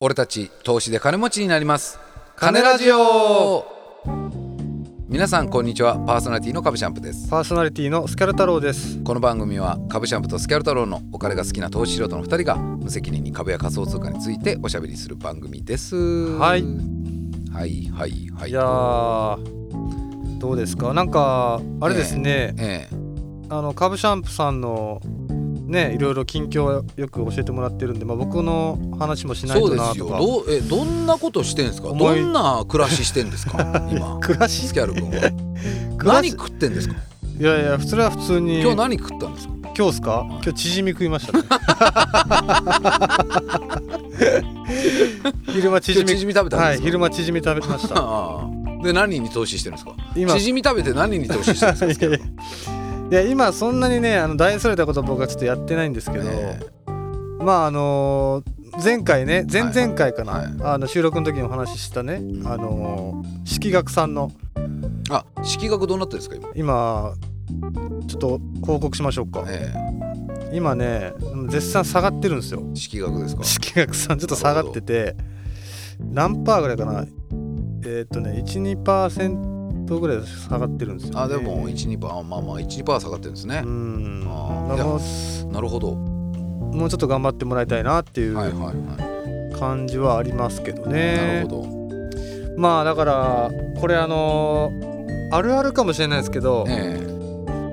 俺たち投資で金持ちになります金ラジオ皆さんこんにちはパーソナリティの株シャンプですパーソナリティのスキャル太郎です。この番組は株シャンプとスキャル太郎のお金が好きな投資素人の2人が無責任に株や仮想通貨についておしゃべりする番組ですはいはいはいはいいやー、どうですか。なんかあれですね。ええあのカブシャンプさんのね、いろいろ近況をよく教えてもらってるんで、まあ僕の話もしないそうとでなすよとか。どうえどんなことしてんですかど思いんな暮らししてんです か今暮らしスキャル君 は暮ら何し食ってんですかいやいや普通は普通に今日何食ったんですか今日っすか今日チヂミ食い ましたね昼間チ今日チヂミヂミ食べたんはでいすか昼間チヂミ食べましたああで何に投資してるんですか今縮み食べて何に投資してるんですか いやいやいや今そんなにねあの大それたことは僕はちょっとやってないんですけど、ええまああのー前回ね前々回かな、はいあの収録の時にお話ししたね、んあのー色学さんのあ式学どうなってるんですか今、今ちょっと報告しましょうか、え今ね絶賛下がってるんですよえ、式学ですか色学さんちょっと下がってて何パーぐらいかなえーっとね12%ぐらい下がってるんですよ、ね、あでも12パーあまあまあ12パー下がってるんですねう、んあーだからもうなるほどはもうちょっと頑張ってもらいたいなっていいうはいは感じはありますけどい、なねる。ほまあだからこれあのーあるあるかもしれないですけど、どええ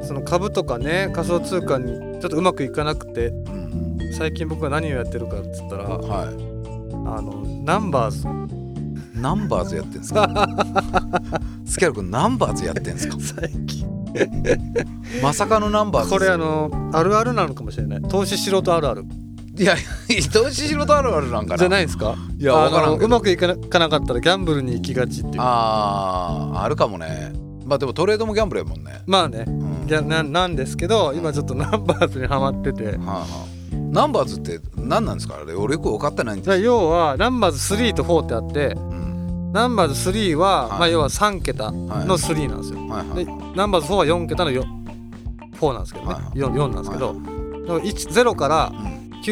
その株とかね仮想通貨にちょっとうまくいかなくてうん最近僕は何をやってるかっつったらあはのナンバーズいナンバーズやってんですかスキャル君ナンバーズやってんですか最近まさかのナンバーズこれあのあるあるなのかもしれない投資素人あるあるいや投資しろとあるあるなんかなじゃないいですかいやあわからのんけどうまくいかなかなかったらギャンブルに行きがちっていうあーあるかもねまあでもトレードもギャンブルやもんね、まあねうんギャななんですけど今ちょっとナンバーズにハマってて。はいはいナンバーズって何なんですかあれ俺よく分かってないんでだすから要はナンバーズ3と4ってあってうんナンバーズ3はは、いまあ要は3桁の3なんですよ、はいはいはいナンバーズ4は4桁のよ4なんですけどね、はいはいよん 4, なんですけど、だから1 0から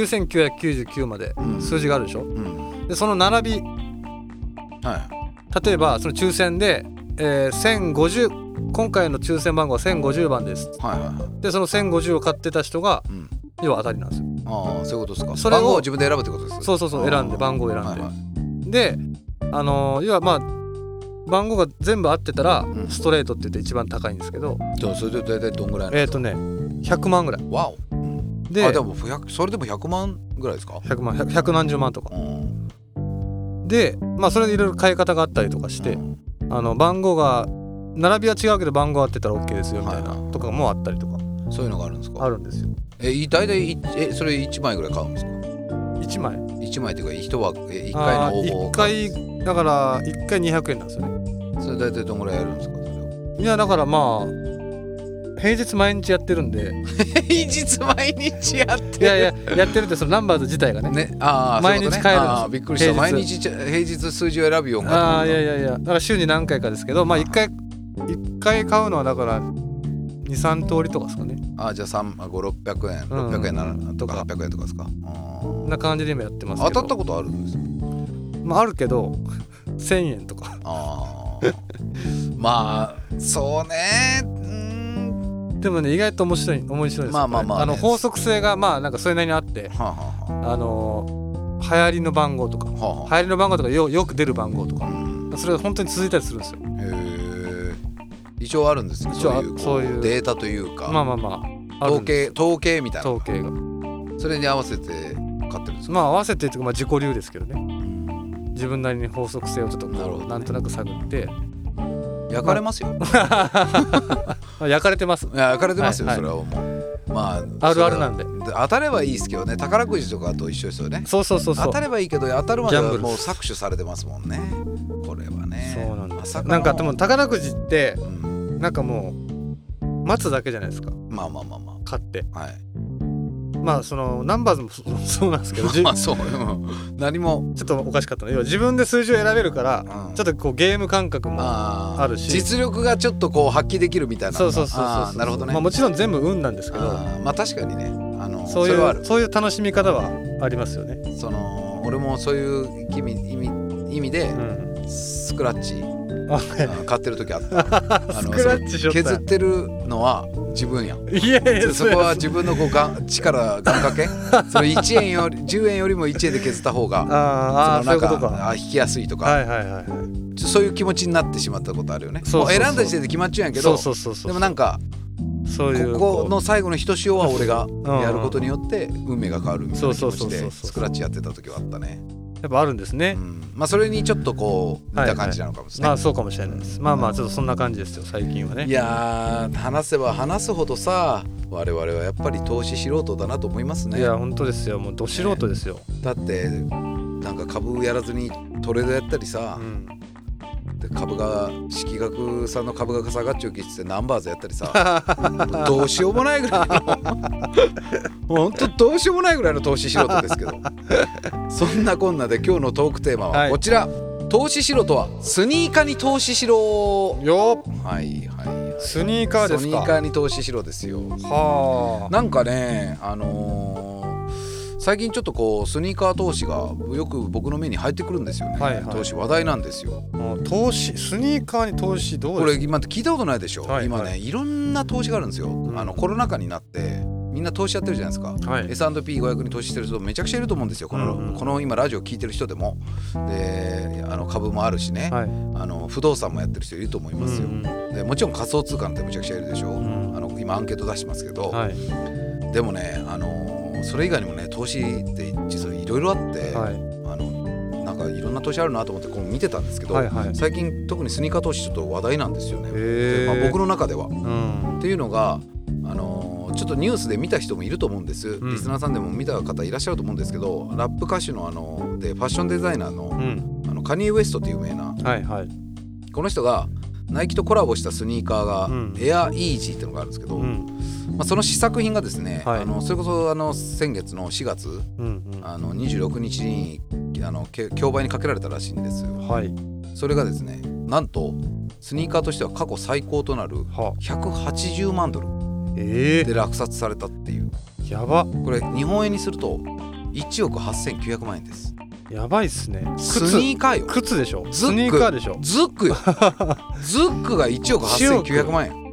9999までうん数字があるでしょ、うんうんでその並びはい例えばその抽選で、えー1050今回の抽選番号は1050番ですはいはいはいでその1050を買ってた人がうん要は当たりなんですよああそういうことですかそれを番号を自分で選ぶってことですそうそうそう選んで番号を選んで、はいはいであのー要はまあ番号が全部合ってたらんストレートって言って一番高いんですけど、でもそれで大体どんぐらいのえっ、ー、とね100万ぐらいわおであでも100それでも100万ぐらいですか100万100 100何十万とかうんでまあそれでいろいろ買い方があったりとかして、あの番号が並びは違うけど番号合ってたら OK ですよみたいなはいはいとかもあったりとかそういうのがあるんですあかるんですよえい大体いえそれ1枚ぐらい買うんですか1枚1枚っていうか一枠え一回あの応募を1買う回だから1回200円なんですよねそれ大体どんぐらいやるんですかそれをいやだからまあ平日毎日やってるんで平日毎日やっていやいややってるってそのナンバーズ自体がねね、ああ毎日そういうことね帰るんですああびっくりした平日毎日ちゃ平日数字を選ぶようにあなあっいてやるいやいやだから週に何回かですけどまあ1回1回買うのはだから23通りとかですかねああじゃあ3 5 6 0 0円うん600円なら、とかと800円とかですかあこーんな感じで今やってます当けたどったことあるんですよまあ、あるけど1,000円とかあー まあそうねうーんでもね意外と面白い面白いですまあまあまあねの法則性がまあなんかそれなりにあってはあはあはあのー流行りの番号とか流あはあは行りの番号とかよよく出る番号とあかうんそれが本当に続いたりするんですよへえ一応あるんですね一応そういうこうそういうデータというか、まあまあまあある統んで計統計みたいな統計がそれに合わせて買ってるんですか、まあ合わせてっていうかまあ自己流ですけどねうん自分なりに法則性をちょっとこうなるほどねなんとなく探って焼かれますよ、あ焼かれてますいや焼かれてますよ、はいそはいれはもうまああるあるなんでそれは当たればいいですけどね宝くじとかと一緒ですよねそうそうそうそう当たればいいけど当たるまでギャンはブルもう搾取されてますもんねこれはねそうなんでますさかのなんかでも宝くじってうん、なんかもう待つだけじゃないですかまあまあまあま買ってあはいまあそのナンバーズもそ そうなんですけどじち まょあそううん何も、っとおかしかったの要は自分で数字を選べるからうんちょっとこうゲーム感覚もあーあるし実力がちょっとこう発揮できるみたいなのそがうそうそうあそーうなるほどね、まあ、もちろん全部運なんですけどあーまあ確かにねあのそういれはあるうそういう楽しみ方はありますよねその俺もそういう意味意味意味でうんスクラッチああの買ってる時あったあ スのクラッチしょった削ってるのは自分やんいやいやそこはうや自分のこうが力願掛 けそれ1円より10円よりも1円で削った方があーあーそのそういうこなとんかかあ引きやすいとか、はいはいはいはいちょそういう気持ちになってしまったことあるよねそうそうそうもう選んだ時点で決まっちゃうんやけそどうそうそうそうでもなんかそういうここうの最後の一塩は俺がうんやることによって運命が変わるみたいな気そう持そちうそうそでうそうスクラッチやってた時はあったね、やっぱあるんですね、うん、まあそれにちょっとこう似た感じなのかもしれない、まあそうかもしれないですまあまあちょっとそんな感じですよ最近はいねやー話せば話すほどさ我々はやっぱり投資素人だなと思いますねいや本当ですよもうど素人ですよ、だってなんか株やらずにトレードやったりさう、ん、で株が式学さんの株が下がっちゃうきつってナンバーズやったり さどうしようもないぐらいの本当どうしようもないぐらいの投資素人ですけ どそんなこんなで今日のトークテーマはこちら、投資素人はスニーカーに投資しろよっはいはいスニーカーですかスニーカーに投資しろですよはあなんかねあのー最近ちょっとこうスニーカー投資がよく僕の目に入ってくるんですよね、はいはい投資話題なんですよもう投資スニーカーに投資どこうれです今聞いたことないでしょ、はい今ねはいろんな投資があるんですよ、んあのコロナ禍になってみんな投資やってるじゃないですか、かはい S&P500 に投資してる人めちゃくちゃいると思うんですよこの,、うんうんこの今ラジオ聞いてる人でもであの株もあるしね、はいあの不動産もやってる人いると思いますよ、うんでもちろん仮想通貨なんてめちゃくちゃいるでしょ、んあの今アンケート出してますけど、はいでもね、あのーそれ以外にもね投資って実はいろいろあって、はいあのなんかいろんな投資あるなと思ってこう見てたんですけど、はいはい最近特にスニーカー投資ちょっと話題なんですよね、へえまあ、僕の中では。っうんていうのが、あのーちょっとニュースで見た人もいると思うんです、んリスナーさんでも見た方いらっしゃると思うんですけどラップ歌手の、あのーでファッションデザイナーの,、うんあのカニエ・ウエストっていう有名なはいはいこの人がナイキとコラボしたスニーカーが、うんエア・イージーっていうのがあるんですけど、うんまあ、その試作品がですね、はいあのそれこそあの先月の4月うんあの26日にあのけ競売にかけられたらしいんですうよんはいそれがですねなんとスニーカーとしては過去最高となるは180万ドルえで落札されたっていうえやばこれ日本円にすると1億8900万円ですやばいっすねス靴ニーカーよ靴でしょズッスクニーカーでしょズ ックよズックが1億8900万円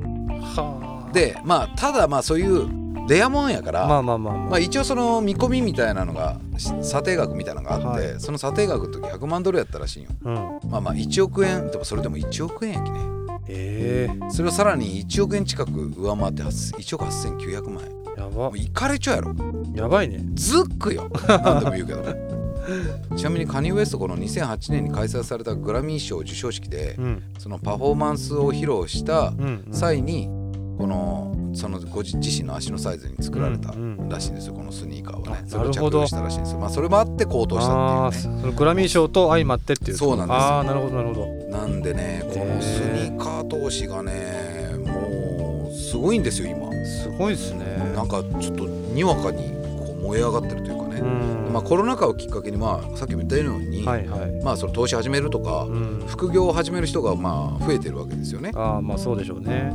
はあでまあただまあそういうレアもんやから、まあまあまあままあ、一応その見込みみたいなのがし査定額みたいなのがあって、はその査定額の時100万ドルやったらしいんよあうんまあまあ1億円でもそれでも1億円やきねえそれをさらに1億円近く上回って1億8900万円もえやばういかれちゃうやろやばいねズックよ何でも言うけど ちなみにカニウエストこの2008年に開催されたグラミー賞授賞式でうんそのパフォーマンスを披露したうんうん際にこのそのご自自身の足のサイズに作られたうんうんらしいんですよこのスニーカーはねあそれをな着るほど用したらしいんですよまあそれもあって高騰したっていうねあーそのグラミー賞と相まってっていうそうなんですよああなるほどなるほどなんでねこのスニーカー投資がねもうすごいんですよ今すごいですねなんかちょっとにわかにこう燃え上がってるというかね、うんまあ、コロナ禍をきっかけにまあさっきも言ったように、はいはいまあその投資始めるとか、うん副業を始める人がまあ増えてるわけですよね。ああまあそうでしょうね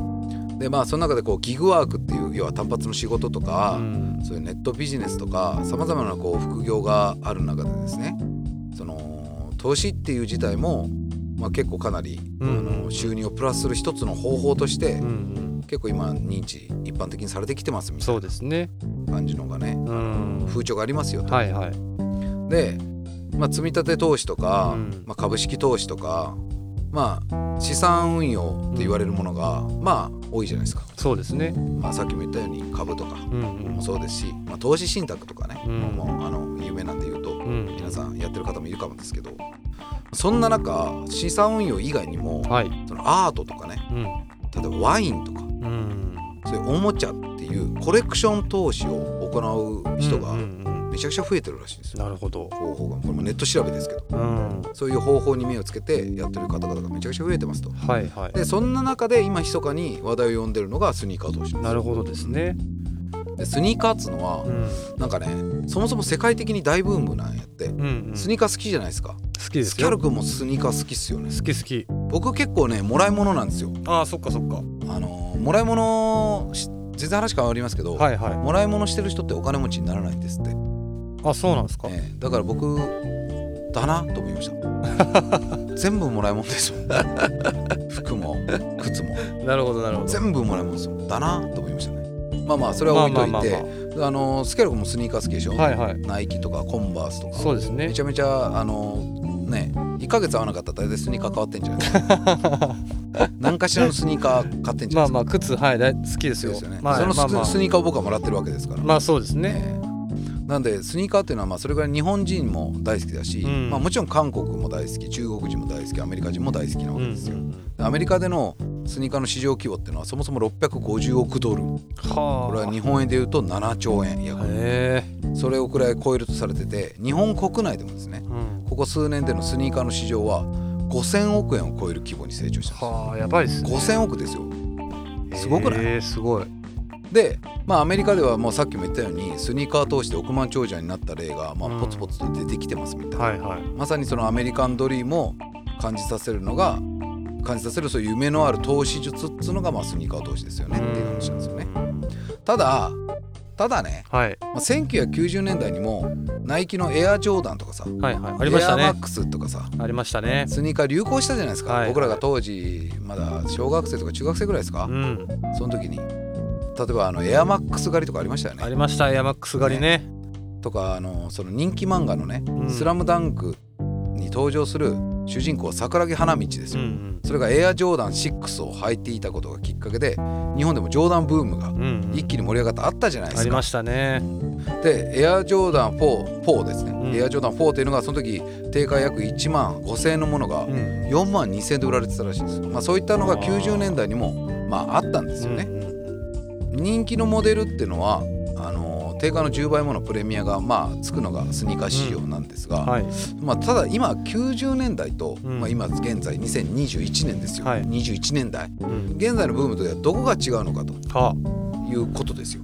でまあその中でこうギグワークっていう要は単発の仕事とか、うんそういうネットビジネスとかさまざまなこう副業がある中でですねその投資っていう自体も、まあ、結構かなり、うんあの収入をプラスする一つの方法として、うんうん結構今認知一般的にされてきてますみたいそうですねな感じのがねうん風潮がありますよと。はいはいで、まあ、積み立て投資とか、うんまあ、株式投資とか、まあ、資産運用って言われるものが、まあ多いじゃないですか、そうですねまあ、さっきも言ったように株とかうんうんもそうですし、まあ、投資信託とかね、うんもうあの有名なんで言うと、うん皆さんやってる方もいるかもですけどそんな中資産運用以外にも、はいそのアートとかねうん例えばワインとかうんそういうおもちゃっていうコレクション投資を行う人がうんうんめちゃくちゃ増えてるらしいんですうんよ、なるほど方法がこれもネット調べですけどうんそういう方法に目をつけてやってる方々がめちゃくちゃ増えてますとはいはいでそんな中で今密かに話題を呼んでるのがスニーカー投資なるほどですねでスニーカーっつうのはうんなんかねそもそも世界的に大ブームなんやってうんうんスニーカー好きじゃないですか好きでスすキャルよ君もスニーカー好きっすよね好き好き僕結構ねもらい物なんですよああそっかそっかあのーもらい物し全然話変わりますけど、はいはいもらい物してる人ってお金持ちにならないんですってあそうなんですか、ええだから僕だなと思いました 全部もらいもんですもん服も靴もなるほどなるほど全部もらいもんですもんだなと思いましたねまあまあそれは置いといて、まあまあまああのスケル君もスニーカー好きでしょ、まあはいはいナイキとかコンバースとかそうですねめちゃめちゃあのね1ヶ月合わなかったら大体スニーカー変わってんじゃないですか 何かしらのスニーカー買ってんじゃないですかまあまあ靴はい大好きですそうでよすよね、まあ、そのス,、まあまあスニーカーを僕はもらってるわけですから、まあそうですねええなんでスニーカーっていうのはまあそれぐらい日本人も大好きだし、うんまあ、もちろん韓国も大好き中国人も大好きアメリカ人も大好きなわうんうけんですよ、アメリカでのスニーカーの市場規模っていうのはそもそも650億ドルこれははあ日本円でいうと7兆円約へえそれをくらい超えるとされてて日本国内でもですねうんここ数年でのスニーカーの市場は5000億円を超える規模に成長したんはあやばいですねです5000億ですよすごくないへえすごいで、まあ、アメリカではもうさっきも言ったようにスニーカー通して億万長者になった例が、まうあ、んポツポツと出てきてますみたいな、はいはいまさにそのアメリカンドリームを感じさせるのが感じさせるそういう夢のある投資術っつうのが、まあ、スニーカー投資ですよねっていう話なんですよねただただね、はいまあ、1990年代にもナイキのエアジョーダンとかさはいはいありましたエアねマックスとかさありましたねスニーカー流行したじゃないですか、はい僕らが当時まだ小学生とか中学生ぐらいですか、うんその時に例えばあのエアマックス狩りとかありましたよあねりましたエアマックス狩りねとかあのその人気漫画のね「うんスラムダンクに登場する主人公桜木花道ですうよ、んそれがエアジョーダン6を履いていたことがきっかけで日本でもジョーダンブームがうんうん一気に盛り上がったあったじゃないであすりかましたねでエアジョーダン 4, 4ですね、うんエアジョーダン4っていうのがその時定価約1万5,000円のものがうん4万2,000円で売られてたらしいです、まあ、そういったのが90年代にもまああったんですよね、人気のモデルっていうのはあの定価の10倍ものプレミアがまあつくのがスニーカー市場なんですが、はいまあ、ただ今90年代と、うんまあ、今現在2021年ですよ、はい21年代うん現在のブームとではどこが違うのかとはいうことですよ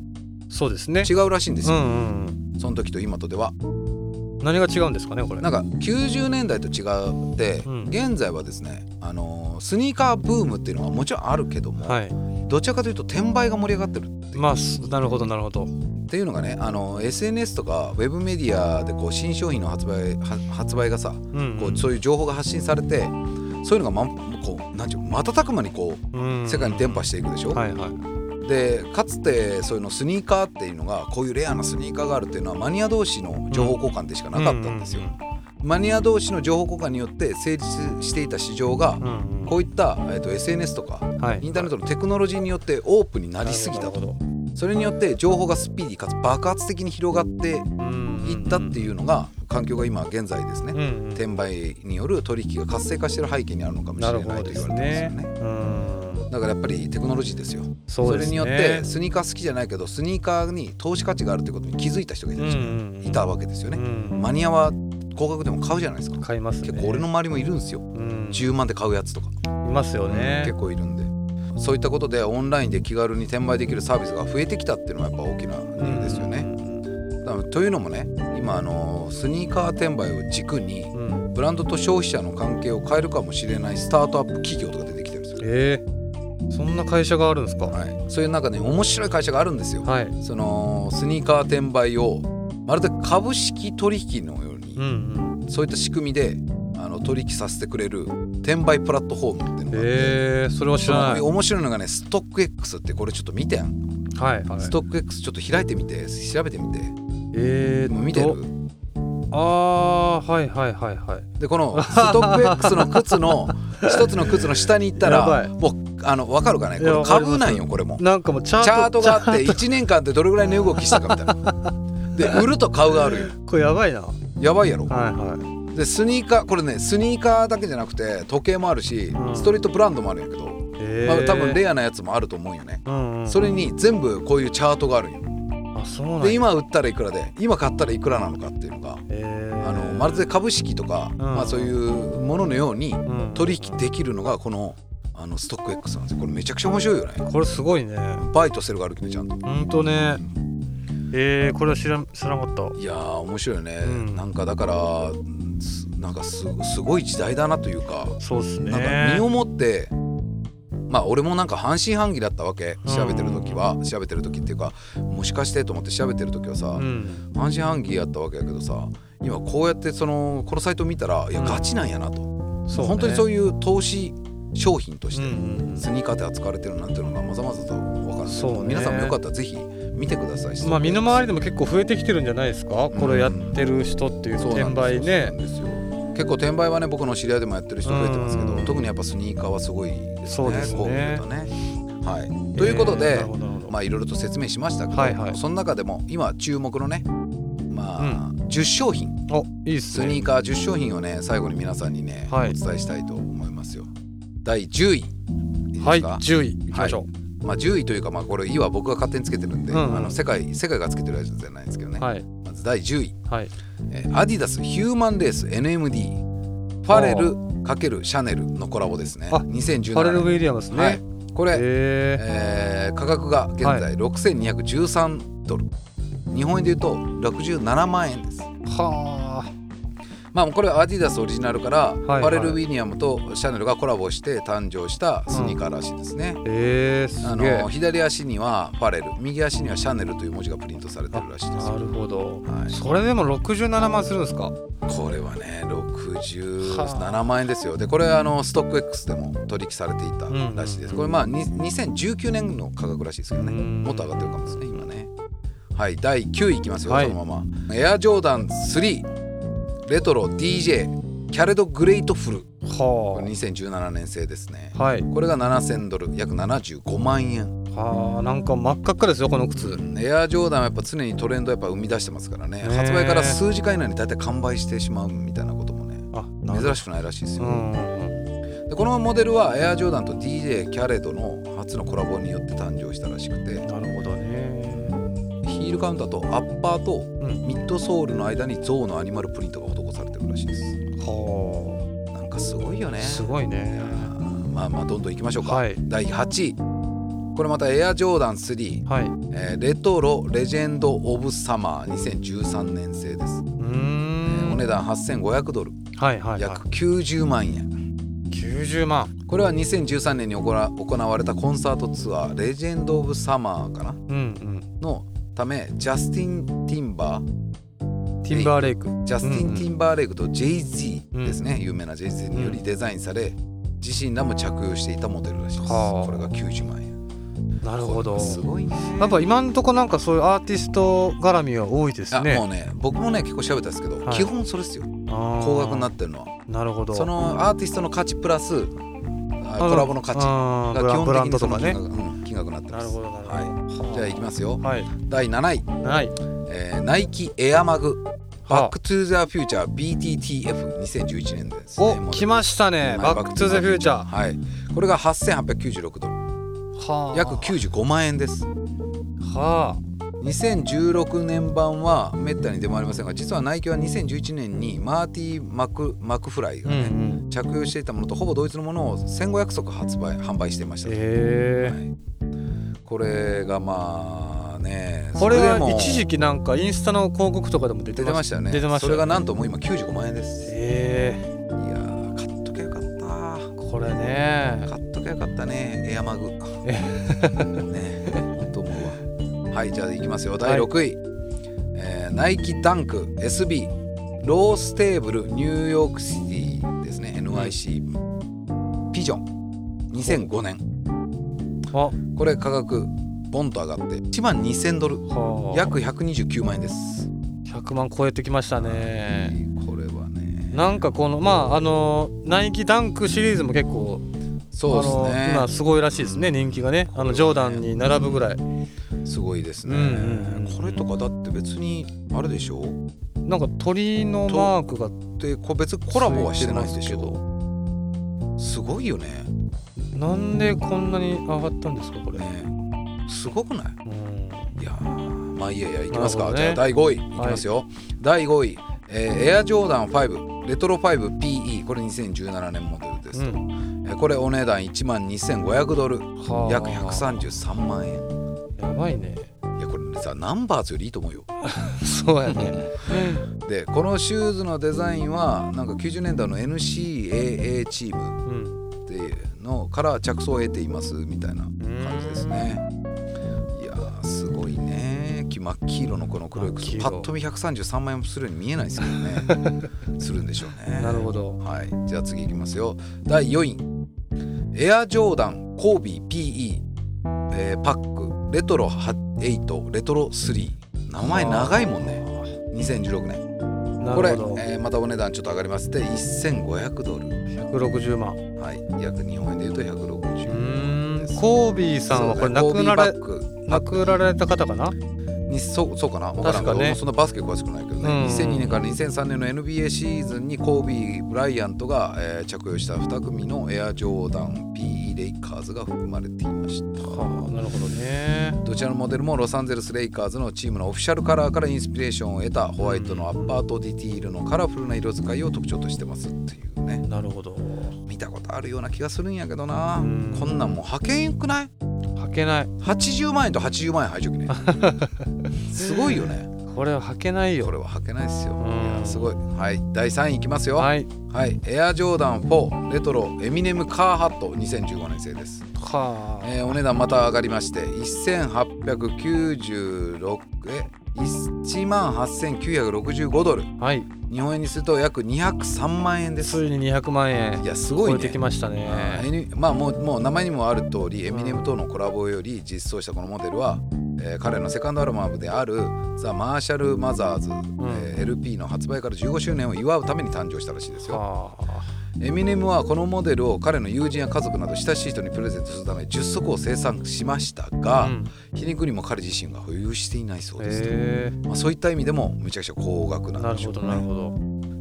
そうですね違うらしいんですうよ、んうんうんその時と今とでは何が違うんですかねこれなんか90年代と違って、うん現在はですねあのースニーカーブームっていうのはもちろんあるけども、はいどちらかというと転売が盛り上がってるっまあすなるほどなるほどていうのがねあの SNS とかウェブメディアでこう新商品の発売は発売がさうんこうそういう情報が発信されてそういうのが、まん、こうなんていうの瞬く間にこううん世界に伝播していくでしょ、はいはいでかつてそういうのスニーカーっていうのがこういうレアなスニーカーがあるっていうのはマニア同士の情報交換でしかなかったんですよ、マニア同士の情報交換によって成立していた市場がうんうんうんこういった、えー、と SNS とかはいインターネットのテクノロジーによってオープンになりすぎたとそれによって情報がスピーディーかつ爆発的に広がっていったっていうのが環境が今現在ですねうんうん転売による取引が活性化している背景にあるのかもしれないと言われてますよなるほどでね。すうんだからやっぱりテクノロジーですよそそうですねれによってスニーカー好きじゃないけどスニーカーに投資価値があるということに気づいた人がいた,、うんうんいたわけですようね、んマニアは高額でも買うじゃないですか買いますね結構俺の周りもいるんですよ、うんい10万で買うやつとか、ますよね結構いるんでそういったことでオンラインで気軽に転売できるサービスが増えてきたっていうのはやっぱ大きな理由ですよね、だからというのもね今あのスニーカー転売を軸にうんうんブランドと消費者の関係を変えるかもしれないスタートアップ企業とか出てきてるんですよ、えーそんな会社があるんですかははい、そういう中で面白い会社があるんですよ、いそのスニーカー転売をまるで株式取引のように、うんうんそういった仕組みであの取引させてくれる転売プラットフォームっていうのがあって、えーそれは知らないその面白いのがねストック X ってこれちょっと見てん、はいはいストック X ちょっと開いてみて調べてみてえーっともう見てるあーはいはいはいはいでこのストック X の靴 の一つの靴の下に行ったやばらいもうあの分かるかねこいやれわかります株なんよこれもなんかもうチャートチャートがあって1年間でどれぐらい値動きしたかみたいな で売ると買うがあるよこれやばいなはやばいやろいはでスニーカーこれねスニーカーだけじゃなくて時計もあるし、うんストリートブランドもあるんやけど、いえまあ、ー多分レアなやつもあると思うんよね、うんうんそれに全部こういうチャートがあるんよ、あそうなんやで今売ったらいくらで今買ったらいくらなのかっていうのが、えーあのまるで株式とか、んまあ、そういうもののようにうん取引できるのがこのあのストック X なんですよこれめちゃくちゃ面白いよねこれすごいねバイトセルがあるけどちゃんとほんとねえー、これは知らん知らなかったいやー面白いよね、うんなんかだからうんすなんかすすごい時代だなというかそうっすねなんか身をもって、ままあ俺もなんか半信半疑だったわけうん調べてる時は調べてる時っていうかもしかしてと思って調べてる時はさ、うん半信半疑やったわけやけどさ今こうやってそのこのサイト見たらいやうんガチなんやなと、そうね本当にそういう投資商品としうて、んうんスニーカーで扱われてるなんていうのがまざまざと分かるんですけそうど、ね皆さんもよかったらぜひ見てくださいうんまあ身の回りでも結構増えてきてるんじゃないですか、これやってる人っていうそうな転んです売よそうねなんですよ結構転売はね僕の知り合いでもやってる人増えてますけど、うん特にやっぱスニーカーはすごいですそうねですねこう見るとね。はい、ということえーなでる、ほどなるほどまあいろいろと説明しましたけど、はいはいその中でも今注目のねまあ、10商品おいいっすスねニーカー10商品をね最後に皆さんにね、はいお伝えしたいと思いますよ。第10位いいですか、はい10位いきましょまあ、10位というか、まあ、これ「い」は僕が勝手につけてるんで、うんうんあの世界世界がつけてるやつじゃないんですけどね、うはいまず第10位はいえーアディダスヒューマンレース NMD ファレル×シャネルのコラボですねあ2017年ファレル・ウィリアムスね、はい、これ、えーえー価格が現は在6213ドル、日本円でいうと67万円ですはあまあこれはアディダスオリジナルから、はいファレル・ウィリアムとシャネルがコラボして誕生したスニーカーらしいですね、えー、すあげえの左足にはファレル右足にはシャネルという文字がプリントされてるらしいですなよるほど、はいそれでも67万するんですかこれはね67万円ですよでこれあのストック X でも取引されていたらしいです、うんこれまあに2019年の価格らしいですけどねうんもっと上がってるかもですね今ねはい第9位いきますよ、はいそのままエアジョーダン3レトロ DJ キャレド・グレイトフルこれは2017年製ですねあはいこれが7000ドル約75万円はあなんか真っ赤っかですよこの靴うんエアジョーダンはやっぱ常にトレンドをやっぱ生み出してますからねねえ発売から数時間以内に大体完売してしまうみたいなこともねあ珍しくないらしいですうよ、んうんでこのモデルはエアジョーダンと DJ キャレドの初のコラボによって誕生したらしくてなるほどねヒールカウンターとアッパーとんミッドソールの間に象のアニマルプリントが施されてるらしいですはなんかすごいよあねすごいいねやーまあまあどんどんいきましょうか、はい第8位これまたエアジョーダン3、はいえーレトロレジェンド・オブ・サマー2013年製です、うーえーおん値段8500ドルはいはいは約90万円い90万これは2013年に行わ行われたコンサートツアー「レジェンド・オブ・サマー」かなうんのためジャスティン・ティンバーうんティンバーレイクジャスティン・ティンバーレイクと JZ ですね、有名な JZ にようりデザインされ、自身らも着用していたモデルらしいです、はあこれが90万円なるほこどれすごいねやっぱ今んとこなんかそういうアーティスト絡みは多いですあねもうね僕もね結構調べたんですけど、はい基本それですよあー高額になってるのはなるほどそのアーティストの価値プラスああコラボの価値あーが基ブラ本ン的にドとそかのね金額,、うん、金額になってなまるすほどなるほどはいはじゃあいきますよはい第7位ないえーナイキエアマグはあバックトゥザフューチャー BTTF2011 年です、ね、お来ましたねはいバックトゥザフューチャーはいこれが8896ドルはあ約95万円ですは2016年版はめったに出回りませんが実はナイキは2011年にマーティー・マクマクフライあがね、着用していたものとほぼ同一のものを1500足発売販売していましたと、えはいこれがまあねこれそはでも一時期なんかインスタの広告とかでも出出ててままししたよね出てましたそよねれがなんともう今95万円ですたえいやー買っときゃよかったえこれね買っときゃよかったねエアマグね本当思 うわはいじゃあいきますよ第6位、えーナイキダンク SB ローステーブルニューヨークシティですね NYC、ピジョン2005年あはこれ価格ボンと上がって1万2000ドルあ約129万円です、 100万超えてきましたねこれはねなんかこのまああのナイキダンクシリーズも結構そうですあのね今すごいらしいですね人気がねあのジョーダンに並ぶぐらいすごいですね、うんうんうんこれとかだって別にあれでしょなんか鳥のマークがでこ別にコラボはしてないんでしょすごいよねなんでこんなに上がったんですかこれ、ねすごくないうんいやーまあいいやいやいきますなか、るほどねじゃあ第5位いきますよ、第5位、えーエアジョーダン5レトロ 5PE これ2017年モデルです、うんえーこれお値段1万2500ドルはあ約133万円やばいねいやこれねさナンバーズよりいいと思うよそうやねでこのシューズのデザインはなんか90年代の NCAA チームうんってのから着想を得ていますみたいな感じですね。いやーすごいねき真っ黄色のこの黒い真靴っパ黄色ッと見133万円もするように見えないですけどね するんでしょうね。なるほどはい、じゃあ次いきますよ第4位エアジョーダンコービー PE、えーパックレトロ8レトロ3名前長いもんね2016年なこれるほど、えーまたお値段ちょっと上がりますで1500ドル、 160万うはい、約日本円で言うと160ーんですコービーさんはこれ亡くならそうねコービーバッグ亡くなられた方かなにそうそうかな分からん確かね俺もそんなバスケ詳しくないけどね、うんうん2002年から2003年の NBA シーズンにコービー・ブライアントが、えー着用した2組のエアジョーダン PE レイカーズが含まれていましたはあなるほどねどちらのモデルもロサンゼルス・レイカーズのチームのオフィシャルカラーからインスピレーションを得たホワイトのアッパーとディティールのカラフルな色使いを特徴としてますっていうねなるほど見たことあるような気がするんやけどな、うんこんなんもう派遣よくない履けない ?80 万円と80万円配 色ねすごいよねこれは履けないこよれは履けないですよ。うんいやすごい。はい、第3位いきますよ。はい、はいエアジョーダン4レトロエミネムカーハット2015年製です。はあえーお値段また上がりまして1896え1万8965ドルはい日本円にすると約203万円です。ついに200万円いやすごい超えねて。きましたねあーエニまあもうもう名前にもある通りエミネムとのコラボより実装したこのモデルは、えー彼のセカンドアルバムである「ザ・マーシャル・マザーズ」えー LP の発売から15周年を祝うために誕生したらしいですよ。はあエミネムはこのモデルを彼の友人や家族など親しい人にプレゼントするため10足を生産しましたが、うん皮肉にも彼自身が保有していないそうですと、へえまあ、そういった意味でもむちゃくちゃ高額ななんるでしょほうどなるねほど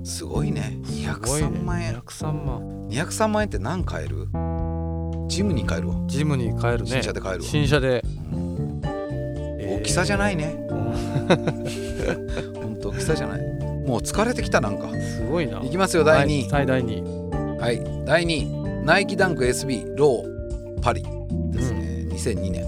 すごいねすごいね203万円、 203万203万円って何買えるジムに買えるわジムに帰るね新車で買えるわ新車でうん大きさじゃないね、うん本当大きさじゃないもう疲れてきたなんかすごいないきますよ第2位はい第2位はい、第2位ナイキダンク SB ローパリですね、2002年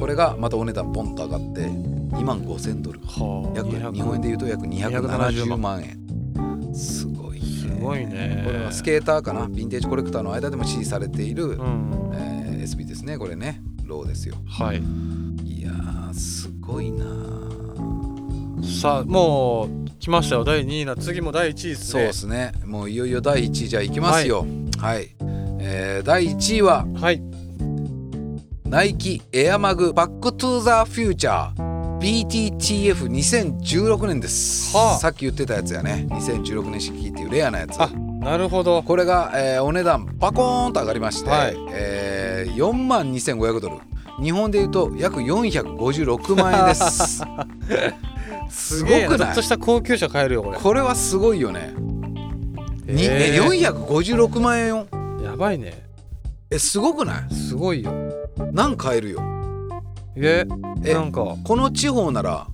これがまたお値段ポンと上がって2万5000ドルは約200日本円でいうと約270万円すごいねすごいねこれはスケーターかなヴィンテージコレクターの間でも支持されている、うんえー SB ですねこれねローですよはいいやーすごいなーさあもう来ましたよ第2位な次も第1位ですそうねですねもういよいよ第1位じゃあいきますよはい、えー第1位ははいナイキエアマグバックトゥザフューチャー BTTF2016 年です、はあさっき言ってたやつやね2016年式っていうレアなやつあなるほどこれが、えーお値段パコーンと上がりまして、はいえー4万2500ドル日本でいうと約456万円です すごげえくちょなっいとした高級車買えるよこれこれはすごいよね、にええー456万円よやばいねえすごくないすごいよ何買えるよええなんかこの地方なら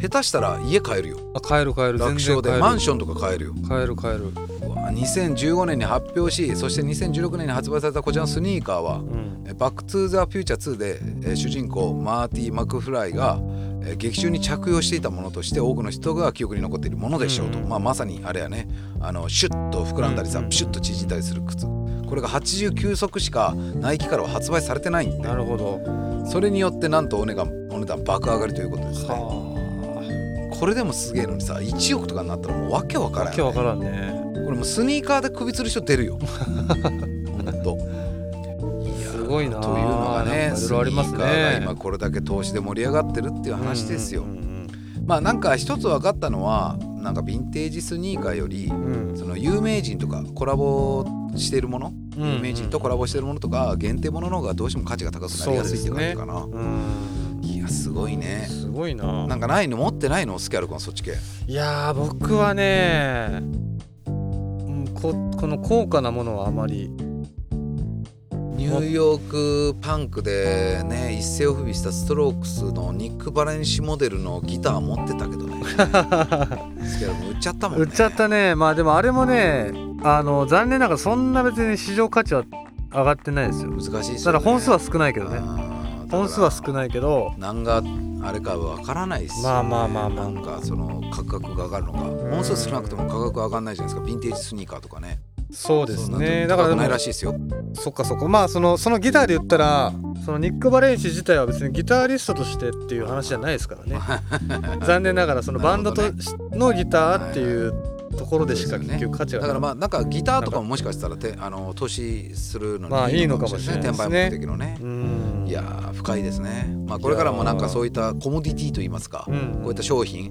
下手したら家買えるよあ買える買える楽全勝然で買えマンるションとか買えるよ買える買えるうわ2015年に発表しそして2016年に発売されたこちらのスニーカーはうん「バック・トゥ・ザ・フューチャー2で」えー主人公マーティ・マクフライがえー劇中に着用していたものとして多くの人が記憶に残っているものでしょうと、うんまあ、まさにあれやねあのシュッと膨らんだりさうんプシュッと縮んだりする靴これが89足しかナイキからは発売されてないんでなるほどそれによってなんとお値段お値段爆上がりということですねはこれでもすげえのにさ1億とかになったらもうわけわあからんわよけねわからんねこれもうスニーカーで首吊る人出るよ。 本当。いやーすごいなーというのがね、なんかいろいろありますスニーねカーが今これだけ投資で盛り上がってるっていう話ですよ。うんうんまあなんか一つ分かったのは、なんかヴィンテージスニーカーよりうんうんその有名人とかコラボしているもの、うんうん有名人とコラボしているものとか限定ものの方がどうしても価値が高くなりやすいって感じかな。うんいやすごいね。すごいななんかないの持ってないのスキャル君そっち系。いやー僕はねうんここの高価なものはあまりニューヨークパンクでね一世を風靡したストロークスのニック・バレンシモデルのギター持ってたけどねスキャルも売っちゃったもんね売っちゃったねまあでもあれもねあの残念ながらそんな別に市場価値は上がってないですよ難しいですよ、ね、だから本数は少ないけけどね本数は少いないけど何があれかわからないですよ、ね、まあまあまあまあなんかその価格が上がるのか本数少なくても価格が上がらないじゃないですかヴィンテージスニーカーとかねそうですねだだかかららないらでしいですよ。もそっかそっかまあそのそのギターで言ったらそのニック・バレンシ自体は別にギタリストとしてっていう話じゃないですからね 残念ながらそのバンドとなるしのギターっていうところでしか結局価値だがからないまあなんかギターとかももしかしたらてあの投資するのにまあいいのかもしれないで転すね売目的のねう。んいやー深いですね。まあこれからもなんかそういったコモディティといいますか、うこんういった商品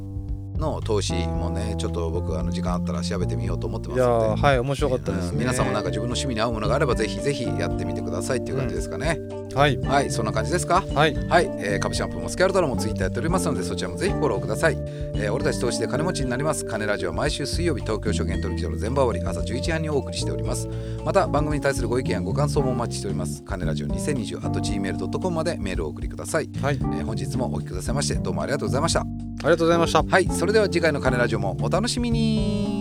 の投資もねちょっと僕あの時間あったら調べてみようと思ってまいすやので。ーはい面白かったですうねん皆さんもなんか自分の趣味に合うものがあればぜひぜひやってみてくださいっていう感じですかね、はいはいそんな感じですかはいはい、えー、株シャンプーもスキャルドラもツイッターやっておりますのでそちらもぜひフォローください、えー、俺たち投資で金持ちになります金ラジオは毎週水曜日東京証券取引所の全場終わり朝11時半にお送りしておりますまた番組に対するご意見やご感想もお待ちしております金ラジオ 2020.gmail.com までメールをお送りください、はいありえー、本日もお聞きくださいましてどうもありがとうございましたがとうございましたはいそれでは次回の金ラジオもお楽しみに